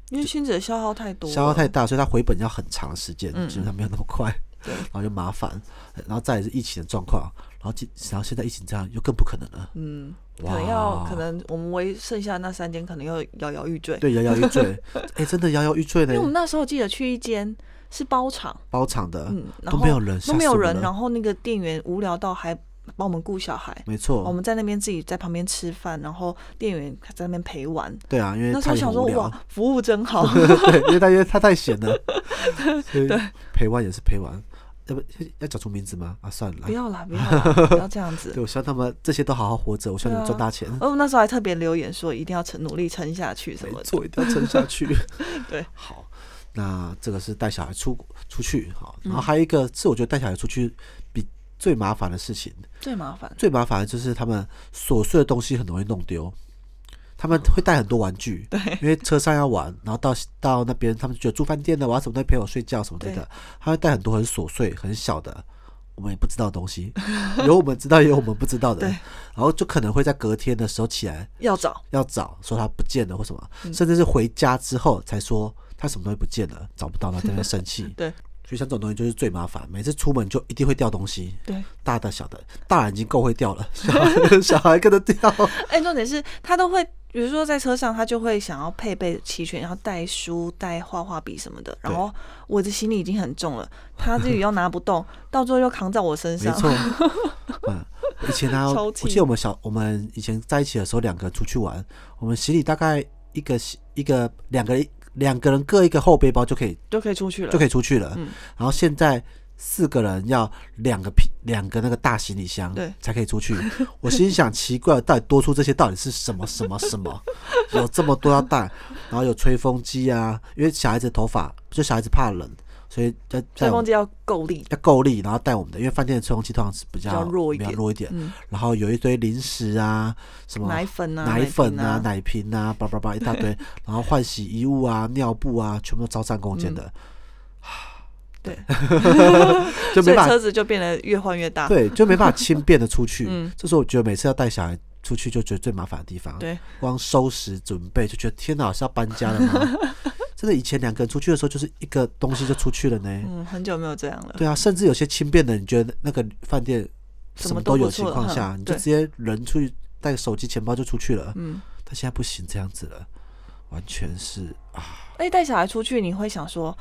Speaker 3: 因为亲子的消耗太嗯多了，
Speaker 2: 消耗太大，所以它回本要很长的时间，
Speaker 3: 嗯
Speaker 2: 基本上没有那么快，
Speaker 3: 对
Speaker 2: 然后就麻烦，然后再来是疫情的状况，然后进然后现在疫情这样又更不可能了，
Speaker 3: 嗯，可
Speaker 2: 哇，
Speaker 3: 能要可能我们唯剩下那三间可能要摇摇欲坠。，
Speaker 2: 对摇摇欲
Speaker 3: [laughs]
Speaker 2: 坠，哎，真的摇摇欲坠
Speaker 3: 因为我们
Speaker 2: 呢，
Speaker 3: 那时候记得去一间是包场，
Speaker 2: 包场的
Speaker 3: 嗯，然
Speaker 2: 啊都
Speaker 3: 后
Speaker 2: 没有人，
Speaker 3: 都没有人，然
Speaker 2: 呢，
Speaker 3: 后那个店员无聊到还帮我们顾小孩，
Speaker 2: 没
Speaker 3: 我
Speaker 2: 错，
Speaker 3: 们在那边自己在旁边吃饭，然后店员在那边陪玩。
Speaker 2: 对啊，因为
Speaker 3: 那时
Speaker 2: 他
Speaker 3: 候
Speaker 2: 也
Speaker 3: 想
Speaker 2: 很
Speaker 3: 说
Speaker 2: 无聊，
Speaker 3: 哇，服务
Speaker 2: [laughs]
Speaker 3: 真好，
Speaker 2: 对，因为他因为他太闲
Speaker 3: [laughs]
Speaker 2: 了，所以陪玩也是陪玩，要不要讲出名字吗？啊，算了
Speaker 3: 不。要啦，不要啦，不要这样子
Speaker 2: [laughs] 对，。我希望他们这些都好好活着，我希望你们
Speaker 3: 对啊
Speaker 2: 赚大钱。
Speaker 3: 而我们那时候还特别留言说一定要撑，努力撑下去什么
Speaker 2: 没
Speaker 3: 的。
Speaker 2: 错，一定要撑下去。
Speaker 3: [laughs] 对，
Speaker 2: [laughs] 好，那这个是带小孩出出去哈，
Speaker 3: 嗯
Speaker 2: 然后还有一个是我觉得带小孩出去比最麻烦的事情，
Speaker 3: 最麻烦，
Speaker 2: 最麻烦的就是他们琐碎的东西很容易弄丢。他们会带很多玩具，对，因为车上要玩，然后到到那边，他们就觉得住饭店的，我要什么东西陪我睡觉什么之类的，他会带很多很琐碎、很小的，我们也不知道的东
Speaker 3: [laughs]
Speaker 2: 西，有我们知道，也有我们不知道的，
Speaker 3: 对
Speaker 2: 然后就可能会在隔天的时候起来，
Speaker 3: 要找
Speaker 2: 要找，说他不见了或什么，
Speaker 3: 嗯
Speaker 2: 甚至是回家之后才说他什么东西不见了，找不到，然后在那边生气。
Speaker 3: [laughs] 对
Speaker 2: 所以像这种东西就是最麻烦，每次出门就一定会掉东西，
Speaker 3: 对。
Speaker 2: 大的小的，大人已经够会掉了，小孩 [laughs] 小孩跟着掉。
Speaker 3: 哎、重点是他都会，比如说在车上，他就会想要配备齐全，然后带书、带画画笔什么的。然
Speaker 2: 对
Speaker 3: 后我的行李已经很重了，他自己又拿不动，到最后又扛在我身
Speaker 2: 没
Speaker 3: 上。
Speaker 2: 错，
Speaker 3: [laughs]
Speaker 2: 嗯，以前呢、
Speaker 3: 超
Speaker 2: 我
Speaker 3: 气
Speaker 2: 记得我们小我们以前在一起的时候，两个人出去玩，我们行李大概一个一个两个人两个人各一个后背包就可以
Speaker 3: 就可以出去了。
Speaker 2: 就可
Speaker 3: 以。
Speaker 2: 以出去了。
Speaker 3: 嗯
Speaker 2: 然后现在四个人要两个皮两个那个大行李箱，
Speaker 3: 对
Speaker 2: 才可以
Speaker 3: [laughs]
Speaker 2: 出去。我心想奇怪，到底多出这些到底是什么什么什么？有这么多要带，然后有吹风机啊，因为小孩子头发就小孩子怕冷，所以要
Speaker 3: 吹
Speaker 2: 带我
Speaker 3: 风
Speaker 2: 们
Speaker 3: 机要够力，
Speaker 2: 要够力，然后带我们的，因为饭店的吹风机通常是比较
Speaker 3: 比较弱一
Speaker 2: 比较
Speaker 3: 点
Speaker 2: 弱一点。
Speaker 3: 嗯
Speaker 2: 然后有一堆零食啊，什么
Speaker 3: 奶粉啊，
Speaker 2: 奶粉
Speaker 3: 瓶啊，
Speaker 2: 奶瓶啊，叭叭叭一大
Speaker 3: [laughs]
Speaker 2: 堆，然后换洗衣物啊、尿布啊，全部都招占空间的， [sighs]
Speaker 3: 对，
Speaker 2: [laughs]
Speaker 3: [laughs]
Speaker 2: 就
Speaker 3: 嗯所
Speaker 2: 没
Speaker 3: 以
Speaker 2: 办
Speaker 3: 车
Speaker 2: 法，
Speaker 3: 子就变得越换越大。
Speaker 2: 对，就没办法轻便的出
Speaker 3: [laughs]
Speaker 2: 去。
Speaker 3: 嗯
Speaker 2: 这是我觉得每次要带小孩出去，就觉得最麻烦的地方。
Speaker 3: 对，
Speaker 2: 光收拾准备就觉得天哪，是要搬家了
Speaker 3: [laughs]
Speaker 2: 吗？真的，以前两个人出去的时候，就是一个东西就出去了呢。
Speaker 3: 嗯，很久没有这样了。
Speaker 2: 对啊，甚至有些轻便的，你觉得那个饭店什
Speaker 3: 什么
Speaker 2: 么
Speaker 3: 都
Speaker 2: 都
Speaker 3: 不
Speaker 2: 有
Speaker 3: 错
Speaker 2: 情
Speaker 3: 了
Speaker 2: 况
Speaker 3: 哼
Speaker 2: 下，你就
Speaker 3: 对
Speaker 2: 直接人出去带手机、钱包就出去了。
Speaker 3: 嗯，
Speaker 2: 但现在不行这样子了，完全
Speaker 3: [laughs]
Speaker 2: 是啊，
Speaker 3: 而哎且带小孩出去，你会想说，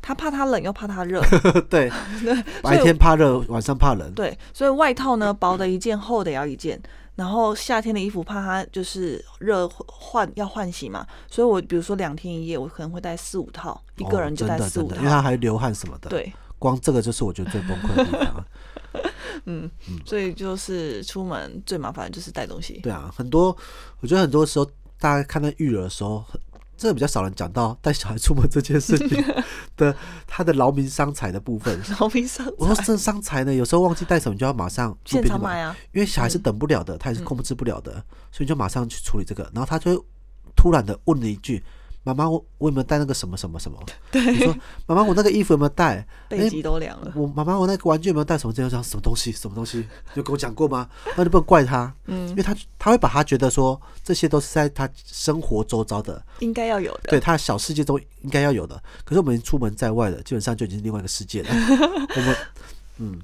Speaker 3: 他怕他冷，又怕他热，
Speaker 2: 对，
Speaker 3: 所以
Speaker 2: 白
Speaker 3: 我
Speaker 2: 天怕热，晚上怕冷，
Speaker 3: 对，所以外套呢，薄的一件，厚的也要一件。然后夏天的衣服怕它就是热换要换洗嘛，所以我比如说两天一夜，我可能会带四五套，一个
Speaker 2: 哦
Speaker 3: 人就
Speaker 2: 真
Speaker 3: 带
Speaker 2: 的
Speaker 3: 四
Speaker 2: 真
Speaker 3: 五
Speaker 2: 的，
Speaker 3: 套。
Speaker 2: 因为他还流汗什么的，，
Speaker 3: 对，
Speaker 2: 光这个就是我觉得最崩溃的地方。啊
Speaker 3: 所以就是出门最麻烦的就是带东
Speaker 2: 嗯
Speaker 3: 西。[laughs]
Speaker 2: 对啊，很多我觉得很多时候大家看到育儿的时候，很这个比较少人讲到带小孩出门这件事
Speaker 3: [laughs]
Speaker 2: 情的他的劳民伤财的部分。
Speaker 3: 然后平常
Speaker 2: 我说这伤财呢，有时候忘记带什么，你就要马上路
Speaker 3: 现
Speaker 2: 边就
Speaker 3: 场买啊，嗯
Speaker 2: 因为小孩是等不了的，他也是控制不了的，所以你就马上去处理这个。然后他就会突然的问了一句：“妈妈，我我有没有带那个什么什么
Speaker 3: [laughs]
Speaker 2: 什么？”对，你说：“妈妈，我那个衣服有没有带？
Speaker 3: 背脊都凉了。
Speaker 2: 我妈妈，我那个玩具有没有带？什么这样讲什么东西？什么东西？你有跟我讲过
Speaker 3: [laughs]
Speaker 2: 吗？那就不能怪他，嗯，因为他他会把他觉得说这些都是在他生活周遭的，
Speaker 3: 应该要有的。
Speaker 2: 对他的小世界中应该要有的。可是我们出门在外的，基本上就已经是另外一个世
Speaker 3: [laughs]
Speaker 2: 界了。我们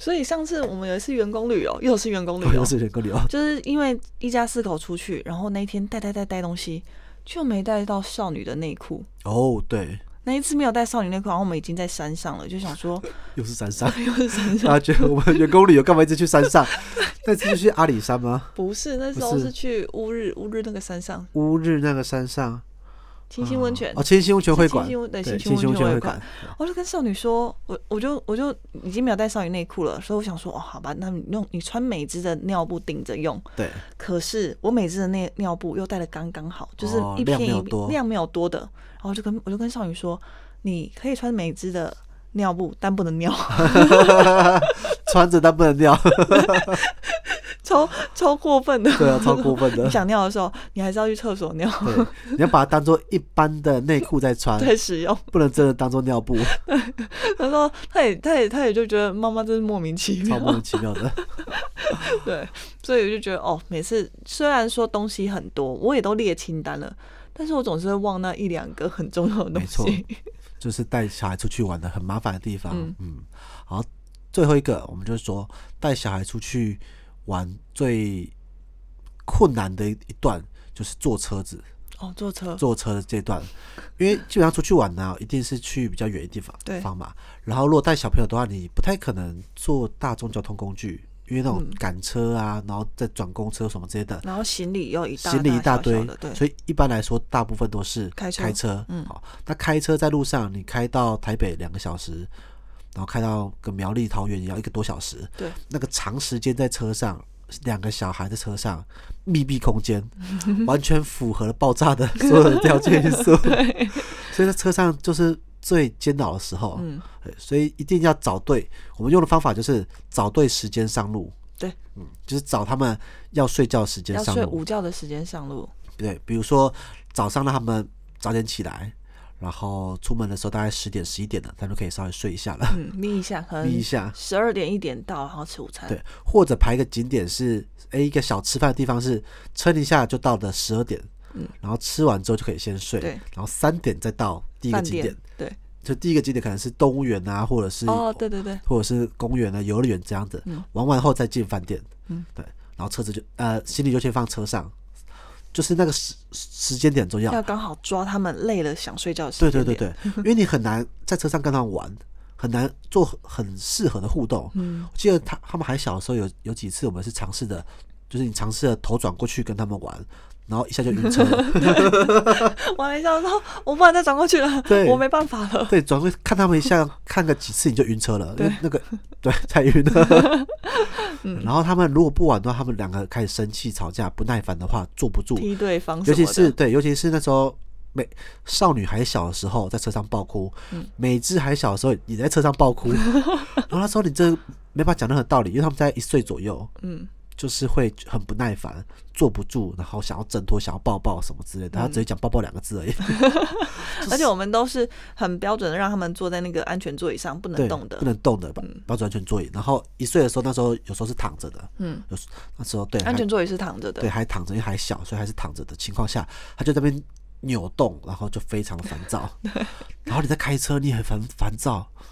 Speaker 3: 所以上次我们有一次员工旅游，又是员工旅
Speaker 2: 我
Speaker 3: 游
Speaker 2: 哦又，是人工流，
Speaker 3: 就是因为一家四口出去，然后那一天带带带带东西，就没带到少女的内裤。
Speaker 2: 哦，对，
Speaker 3: 那一次没有带少女内裤，然后我们已经在山上了，就想 [laughs] 说
Speaker 2: 又是山上， [laughs]
Speaker 3: 又是山上，
Speaker 2: 大家觉得我们员工旅游干嘛一直去山上？ [laughs] 那次是去阿里山吗？
Speaker 3: 不是那时
Speaker 2: 不
Speaker 3: 候
Speaker 2: 是
Speaker 3: 是去乌日乌日那个山上
Speaker 2: 乌日那个山上，
Speaker 3: 清新温泉
Speaker 2: 哦，，清新温泉会馆，
Speaker 3: 是清新温对清新
Speaker 2: 清新
Speaker 3: 温泉
Speaker 2: 泉
Speaker 3: 会
Speaker 2: 会
Speaker 3: 馆
Speaker 2: 馆，
Speaker 3: 我就跟少女说，我我就我就已经没有带少女内裤了，所以我想说，哦，好吧，那你用你穿美姿的尿布顶着用。
Speaker 2: 对，
Speaker 3: 可是我美姿的那尿布又带的刚刚好，就是
Speaker 2: 哦
Speaker 3: 一
Speaker 2: 量
Speaker 3: 片
Speaker 2: 没
Speaker 3: 一
Speaker 2: 有多
Speaker 3: 量没有多的，然后就跟我就跟少女说，你可以穿美姿的尿布，但不能尿， [laughs]
Speaker 2: 穿着但不能尿， [laughs]
Speaker 3: 超超过分的。
Speaker 2: 对啊，超过分的
Speaker 3: [laughs] 你。想尿的时啊候，你还是要去厕所尿，
Speaker 2: 对，你要把它当做一般的内裤在穿，
Speaker 3: 再使用。
Speaker 2: 不能真的当做尿
Speaker 3: [laughs]
Speaker 2: 布，
Speaker 3: 他说，他也他也他也就觉得妈妈真是莫名其
Speaker 2: 超
Speaker 3: 妙。
Speaker 2: 莫名其妙的。
Speaker 3: 对，所以我就觉得哦，每次虽然说东西很多，我也都列清单了，但是我总是会忘那一两个很重要的东
Speaker 2: 没错
Speaker 3: 西。
Speaker 2: 就是带小孩出去玩的很麻烦的地方。嗯
Speaker 3: 嗯
Speaker 2: 好，最后一个我们就是说带小孩出去玩最困难的一一段就是坐车子，
Speaker 3: 哦，坐车，
Speaker 2: 坐车的这段，因为基本上出去玩啊呢，一定是去比较远的地方
Speaker 3: 对
Speaker 2: 方嘛。然后如果带小朋友的话，你不太可能坐大众交通工具，因为那种赶车啊，然后再转公车什么之类的，
Speaker 3: 然后行李又一大
Speaker 2: 行李一大
Speaker 3: 大小
Speaker 2: 堆，
Speaker 3: 小的对，
Speaker 2: 所以一般来说大部分都是
Speaker 3: 开车
Speaker 2: 开车，
Speaker 3: 嗯
Speaker 2: 好，那开车在路上，你开到台北两个小时，然后开到跟苗栗、桃园也要一个多小时，
Speaker 3: 对，
Speaker 2: 那个长时间在车上，两个小孩在车上，密闭空间， [laughs] 完全符合了爆炸的 [laughs] 所有的条件因
Speaker 3: [laughs]
Speaker 2: 素，所以在车上就是最煎熬的时候，
Speaker 3: 嗯，
Speaker 2: 对所以一定要找对，我们用的方法就是找对时间上路。
Speaker 3: 对，
Speaker 2: 嗯，就是找他们要睡觉时间
Speaker 3: 要
Speaker 2: 上
Speaker 3: 睡
Speaker 2: 路，
Speaker 3: 午觉的时间上路，
Speaker 2: 对，比如说早上让他们早点起来，然后出门的时候大概十点十一点了，他们就可以稍微睡一下了，
Speaker 3: 嗯，眯一下，可
Speaker 2: 眯一
Speaker 3: 能
Speaker 2: 下。
Speaker 3: 十二点一点到，然后吃午餐，
Speaker 2: 对，或者排一个景点是，诶，一个小吃饭的地方是撑一下就到的十二点，
Speaker 3: 嗯，
Speaker 2: 然后吃完之后就可以先睡，
Speaker 3: 对
Speaker 2: 然后三点再到第一个
Speaker 3: 饭
Speaker 2: 景点
Speaker 3: 店，，对，
Speaker 2: 就第一个景点可能是动物园啊，或者是
Speaker 3: 哦，对对对，
Speaker 2: 或者是公园啊、游乐园这样子，
Speaker 3: 嗯
Speaker 2: 玩完后再进饭店，
Speaker 3: 嗯，
Speaker 2: 对，然后车子就呃行李就先放车上，就是那个时时间点很重要，
Speaker 3: 要刚好抓他们累了想睡觉的时
Speaker 2: 对
Speaker 3: 间
Speaker 2: 对
Speaker 3: 点，
Speaker 2: 对对，
Speaker 3: [laughs]
Speaker 2: 因为你很难在车上跟他们玩，很难做很很适合的互动。
Speaker 3: 嗯，
Speaker 2: 我记得他他们还小的时候有，有几次我们是尝试的，就是你尝试的头转过去跟他们玩，然后一下就晕车
Speaker 3: [laughs]
Speaker 2: 了。
Speaker 3: 玩了一下，我说我不然再转过去了
Speaker 2: 对，
Speaker 3: 我没办法了， [laughs]
Speaker 2: 对，转过去看他们一下，看个几次你就晕车了，因为
Speaker 3: 对嗯
Speaker 2: 那个对太晕了。
Speaker 3: [laughs]
Speaker 2: 然后他们如果不玩的话，他们两个开始生气、吵架、不耐烦的话，坐不住，
Speaker 3: 踢对方什
Speaker 2: 尤
Speaker 3: 么的，
Speaker 2: 其是对，尤其是那时候美少女还小的时候，在车上爆哭；
Speaker 3: 嗯
Speaker 2: 美智还小的时候，也在车上爆
Speaker 3: [laughs]
Speaker 2: 哭。然后那时候你真的没法讲任何道理，因为他们在一岁左右，
Speaker 3: 嗯，
Speaker 2: 就是会很不耐烦，坐不住，然后想要挣脱、想要抱抱什么之类
Speaker 3: 嗯
Speaker 2: 的。他只会讲“抱抱”两个字而已，
Speaker 3: 而且我们都是很标准的，让他们坐在那个安全座椅上，不
Speaker 2: 对，
Speaker 3: 能动的嗯
Speaker 2: 不。能动的，保保准安全座椅。然后一岁的时候，那时候有时候是躺着的，
Speaker 3: 嗯，
Speaker 2: 有时那时候对
Speaker 3: 安
Speaker 2: 还
Speaker 3: 全座椅是躺着的。
Speaker 2: 对，还躺着，因为还小，所以还是躺着的情况下，他就在那边扭动，然后就非常烦
Speaker 3: [laughs]
Speaker 2: 躁。然后你在开车，你也很烦烦躁，
Speaker 3: 嗯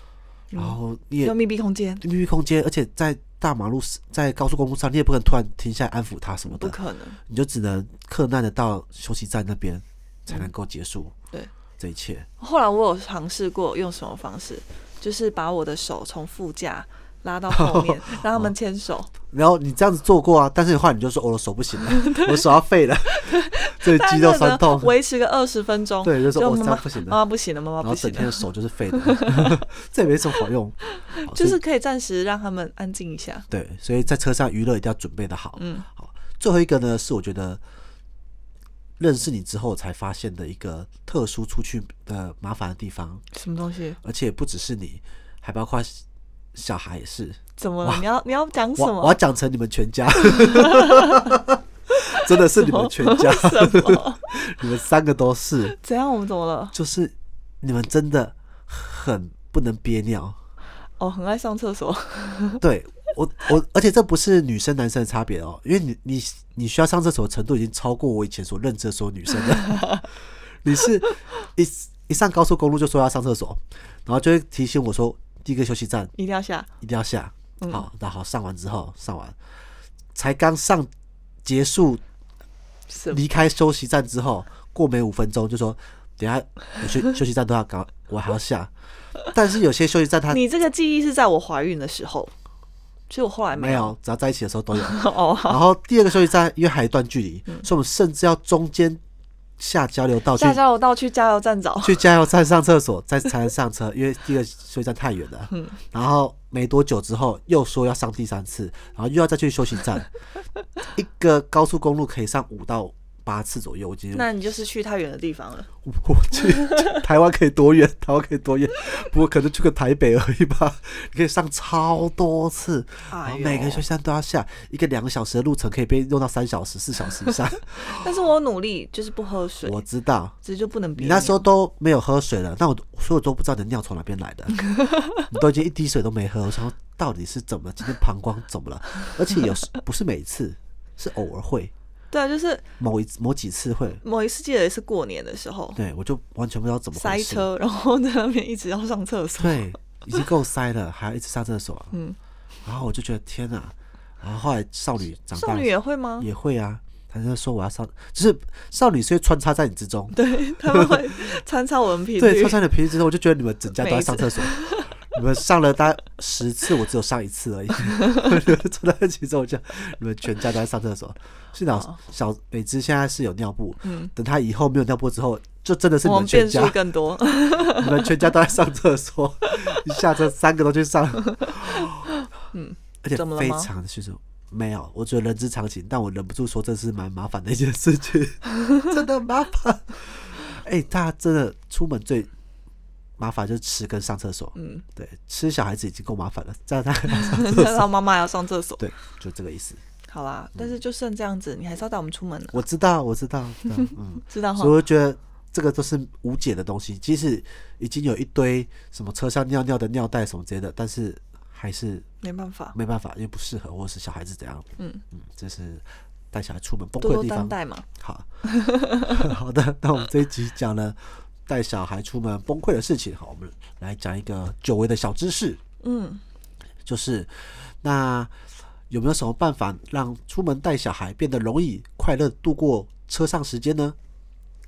Speaker 2: 然后你也
Speaker 3: 有密闭空间，
Speaker 2: 密闭空间，而且在大马路、在高速公路上，你也不可能突然停下来安抚他什么
Speaker 3: 不
Speaker 2: 的，
Speaker 3: 可能。
Speaker 2: 你就只能克难的到休息站那边才能够结束
Speaker 3: 嗯对，
Speaker 2: 这一切。
Speaker 3: 后来我有尝试过用什么方式，就是把我的手从副驾拉
Speaker 2: [laughs]
Speaker 3: 到后面，让他们牵手。
Speaker 2: 然后你这样子做过啊，但是后来你就说哦我的手不
Speaker 3: [laughs]
Speaker 2: 行了，我的手要废了，这肌肉酸痛
Speaker 3: 但是呢，维持个二十分钟。
Speaker 2: 对就说哦
Speaker 3: 妈
Speaker 2: 这
Speaker 3: 妈
Speaker 2: 样不行了
Speaker 3: 妈妈不行了，妈妈
Speaker 2: 然
Speaker 3: 哦不
Speaker 2: 后整
Speaker 3: 行啊
Speaker 2: 天
Speaker 3: 了
Speaker 2: 的。手就是废的， [laughs] 这也没什么好用。好所
Speaker 3: 就
Speaker 2: 以
Speaker 3: 是可以暂时让他们安静一下。
Speaker 2: 对，所以在车上娱乐一定要准备的好。
Speaker 3: 嗯，
Speaker 2: 好，最后一个呢是我觉得认识你之后才发现的一个特殊出去的麻烦的地方，
Speaker 3: 什么东西？
Speaker 2: 而且不只是你，还包括小孩也是。
Speaker 3: 怎么了？你要你要讲什
Speaker 2: 我我要
Speaker 3: 么？
Speaker 2: 讲成你们全
Speaker 3: [laughs]
Speaker 2: 家，真的是你们全家，
Speaker 3: 什么？ [laughs]
Speaker 2: 你们三个都是，
Speaker 3: 怎样？我们怎么了？
Speaker 2: 就是你们真的很不能憋尿。
Speaker 3: 哦，很爱上厕所。 [laughs]
Speaker 2: 对我我，而且这不是女生男生的差别哦，因为你你你需要上厕所的程度已经超过我以前所认知的所有女生了。你是一一上高速公路就说要上厕所，然后就会提醒我说第一个休息站
Speaker 3: 一定要下，
Speaker 2: 一定要下，好，然后上完之后上完，才刚上结束
Speaker 3: 什么？
Speaker 2: 离开休息站之后，过没五分钟就说等一下有休休息站都要搞我还要下。但是有些休息站它
Speaker 3: 你这个记忆是在我怀孕的时候，所以我后来
Speaker 2: 没有，只要在一起的时候都有。
Speaker 3: [laughs] 哦，
Speaker 2: [laughs]
Speaker 3: 好
Speaker 2: 然后第二个休息站因为还有一段距离，所以我们甚至要中间下交流道去
Speaker 3: 下交流道去加油站找，
Speaker 2: 去加油站上厕所，再才能上车，因为第一个休息站太远了。
Speaker 3: 嗯
Speaker 2: 然后没多久之后又说要上第三次，然后又要再去休息
Speaker 3: [laughs]
Speaker 2: 站。一个高速公路可以上五到八次左右，我今天
Speaker 3: 那你就是去太远的地方了。
Speaker 2: 我去台湾可以多远？ [laughs] 台湾可以多远？不过可能去个台北而已吧。你可以上超多次，然后
Speaker 3: 哎
Speaker 2: 每个
Speaker 3: 呦
Speaker 2: 休息站都要下，一个两个小时的路程可以被用到三小时、四小时以上。
Speaker 3: 但是我有努力就是不喝水，
Speaker 2: 我知道，
Speaker 3: 只是就不能憋
Speaker 2: 你
Speaker 3: 尿。
Speaker 2: 那时候都没有喝水了，那我所以我都不知道你的尿从哪边来
Speaker 3: [laughs]
Speaker 2: 的，你都已经一滴水都没喝，我想说到底是怎么了今天膀胱怎么了？而且有时不是每次，是偶尔会
Speaker 3: 对啊，就是
Speaker 2: 某一某几次会，
Speaker 3: 某一次记得也是过年的时候
Speaker 2: 对我就完全不知道怎么回
Speaker 3: 塞
Speaker 2: 事，
Speaker 3: 车，然后在那边一直要上厕所。
Speaker 2: 对，啊已经够塞了，还要一直上厕所，嗯，然后我就觉得天哪、然后后来少女长大
Speaker 3: 少
Speaker 2: 了
Speaker 3: 女也会吗？
Speaker 2: 也会啊，她就说我要上，就是少女是会穿插在你之中，
Speaker 3: 对， [laughs] 他们会参差我们
Speaker 2: [laughs]
Speaker 3: 频
Speaker 2: 对，
Speaker 3: 率
Speaker 2: 超。上的频率之后，我就觉得你们整家都在上厕所。你们上了大概十次，我只有上一次而已。 [laughs] 你们坐在一起之后，我就你们全家都在上厕所。幸
Speaker 3: 哦
Speaker 2: 好小美芝现在是有尿布，等她以后没有尿布之后，就真的是你
Speaker 3: 嗯我
Speaker 2: 们
Speaker 3: 们
Speaker 2: 全
Speaker 3: 变数
Speaker 2: 家，[laughs]
Speaker 3: 更多，
Speaker 2: 你们全家都在上厕
Speaker 3: [laughs]
Speaker 2: 所，一下车三个都去上。而且
Speaker 3: 嗯怎么了
Speaker 2: 非
Speaker 3: 吗
Speaker 2: 常的迅速。没有，我觉得人之常情，但我忍不住说这是蛮麻烦的一件事情，
Speaker 3: [laughs]
Speaker 2: 真的麻烦。哎、大家真的出门最麻烦就是吃跟上厕所。嗯，对，吃小孩子已经够麻烦了，再他
Speaker 3: 然后妈妈要上厕所。
Speaker 2: 对，就这个意思。
Speaker 3: 好啦，但是就剩这样子，你还是要带我们出门的，
Speaker 2: 我知道，我知道，知道
Speaker 3: [laughs]
Speaker 2: 嗯，
Speaker 3: 知道哈
Speaker 2: 所以？我觉得这个都是无解的东西。即使已经有一堆什么车上尿尿的尿袋什么之类的，但是还是
Speaker 3: 没办法，
Speaker 2: 没办法，因为不适合，或者是小孩子怎样。嗯嗯，这是带小孩出门崩
Speaker 3: 多
Speaker 2: 溃的
Speaker 3: 多
Speaker 2: 地
Speaker 3: 担
Speaker 2: 方。
Speaker 3: 待嘛。
Speaker 2: 好， [laughs] 好的，那我们这一集讲了带小孩出门崩溃的事情，好，我们来讲一个久违的小知识，
Speaker 3: 嗯，
Speaker 2: 就是那有没有什么办法让出门带小孩变得容易快乐度过车上时间呢？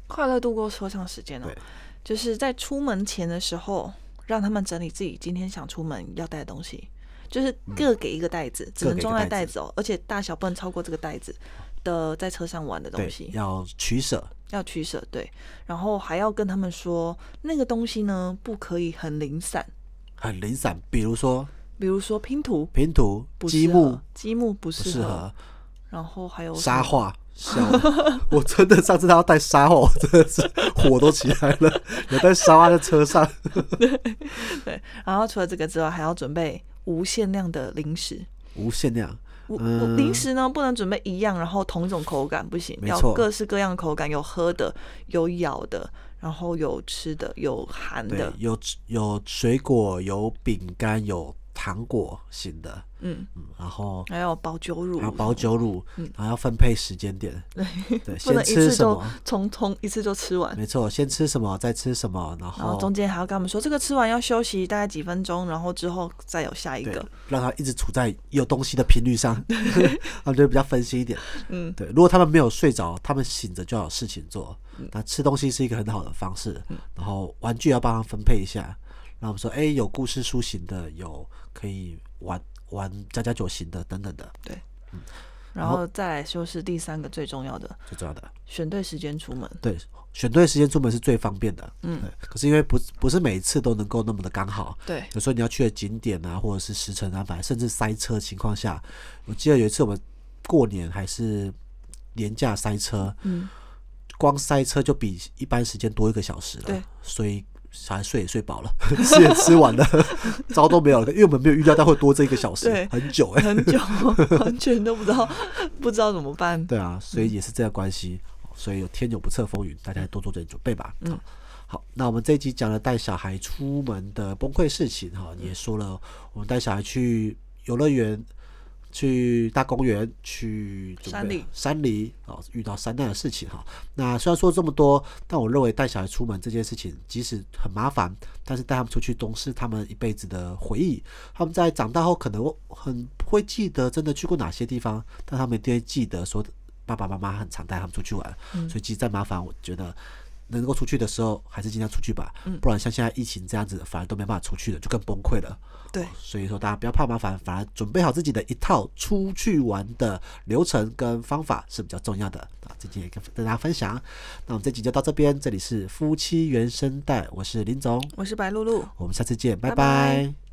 Speaker 3: 快乐度过车上时间哦
Speaker 2: 对，
Speaker 3: 就是在出门前的时候，让他们整理自己今天想出门要带的东西，就是各给一个袋子，只
Speaker 2: 嗯各
Speaker 3: 能
Speaker 2: 给一
Speaker 3: 装
Speaker 2: 个
Speaker 3: 在
Speaker 2: 袋
Speaker 3: 袋子哦，而且大小不能超过这个袋子的在车上玩的东
Speaker 2: 对
Speaker 3: 西，。
Speaker 2: 要取舍，
Speaker 3: 要取舍，对，然后还要跟他们说，那个东西呢不可以很零散，
Speaker 2: 很零散，比如说
Speaker 3: 比如说拼图
Speaker 2: 拼图、
Speaker 3: 不
Speaker 2: 积
Speaker 3: 适
Speaker 2: 木
Speaker 3: 合，积木不
Speaker 2: 不
Speaker 3: 适
Speaker 2: 适
Speaker 3: 合，
Speaker 2: 合
Speaker 3: 然后还有
Speaker 2: 沙
Speaker 3: 什么
Speaker 2: 画。笑了， [laughs] 我真的上次他要带沙画，我真的是火都起来了。有带沙画在车上，
Speaker 3: 对，然后除了这个之外，还要准备无限量的零食。
Speaker 2: 无限量，
Speaker 3: 我我
Speaker 2: 嗯，
Speaker 3: 零食呢，不能准备一样，然后同一种口感不行，
Speaker 2: 没
Speaker 3: 要
Speaker 2: 错
Speaker 3: 各式各样的口感，有喝的，有咬的，然后有吃的，有含
Speaker 2: 对
Speaker 3: 的，，
Speaker 2: 有有水果，有饼干，有糖果型的，
Speaker 3: 嗯，
Speaker 2: 嗯，然后
Speaker 3: 还有保酒乳
Speaker 2: 还，有保酒乳，然后要分配时间点，对，
Speaker 3: [laughs] 不能
Speaker 2: 先
Speaker 3: 一
Speaker 2: 吃
Speaker 3: 次
Speaker 2: 什
Speaker 3: 就
Speaker 2: 么，
Speaker 3: 从从一次就吃完。
Speaker 2: 没错，先吃什么，再吃什么，然
Speaker 3: 然后
Speaker 2: 后
Speaker 3: 中间还要跟他们说，这个吃完要休息大概几分钟，然后之后再有下一
Speaker 2: 对
Speaker 3: 个。，
Speaker 2: 让他一直处在有东西的频率上， [laughs] 他们就比较分心一点。嗯，对，如果他们没有睡着，他们醒着就要有事情做。那吃东西是一个很好的方式，然后玩具要帮他分配一下。那我们说，哎，有故事书型的，有可以玩玩家家酒型的等等的，
Speaker 3: 然后再来就是第三个最重要的，
Speaker 2: 最重要的。
Speaker 3: 选对时间出门。
Speaker 2: 对，选对时间出门是最方便的。嗯，可是因为不不是每一次都能够那么的刚好。
Speaker 3: 对
Speaker 2: 有时候你要去的景点啊，或者是时程安排，甚至塞车情况下，我记得有一次我们过年还是年假塞车，嗯，光塞车就比一般时间多一个小时了。
Speaker 3: 对，
Speaker 2: 所以。小孩睡也睡饱了， [laughs] 吃也吃完了， [laughs] 招都没有了，因为我们没有预料到会多这一个小时
Speaker 3: 对，
Speaker 2: 很久哎、
Speaker 3: 很久， [laughs] 完全都不知道不知道怎么办。
Speaker 2: 对啊，所以也是这个关系，所以有天有不测风云，大家多做点准备吧。嗯，好，那我们这一集讲了带小孩出门的崩溃事情哈，
Speaker 3: 嗯
Speaker 2: 也说了我们带小孩去游乐园、去大公园、去准
Speaker 3: 山
Speaker 2: 备
Speaker 3: 里
Speaker 2: 山里哦，遇到山难的事情哈。那虽然说这么多，但我认为带小孩出门这件事情，即使很麻烦，但是带他们出去都是他们一辈子的回忆。他们在长大后可能很会记得真的去过哪些地方，但他们一定会记得说爸爸妈妈很常带他们出去玩。所以其实再麻烦，我觉得能够出去的时候，还是尽量出去吧，不然像现在疫情这样子，反而都没办法出去了，就更崩溃了。
Speaker 3: 对，
Speaker 2: 所以说大家不要怕麻烦，反而准备好自己的一套出去玩的流程跟方法是比较重要的啊。这集也跟跟大家分享，那我们这集就到这边，这里是夫妻原声带，我是林总，
Speaker 3: 我是白露露，
Speaker 2: 我们下次见，拜
Speaker 3: 拜拜
Speaker 2: 拜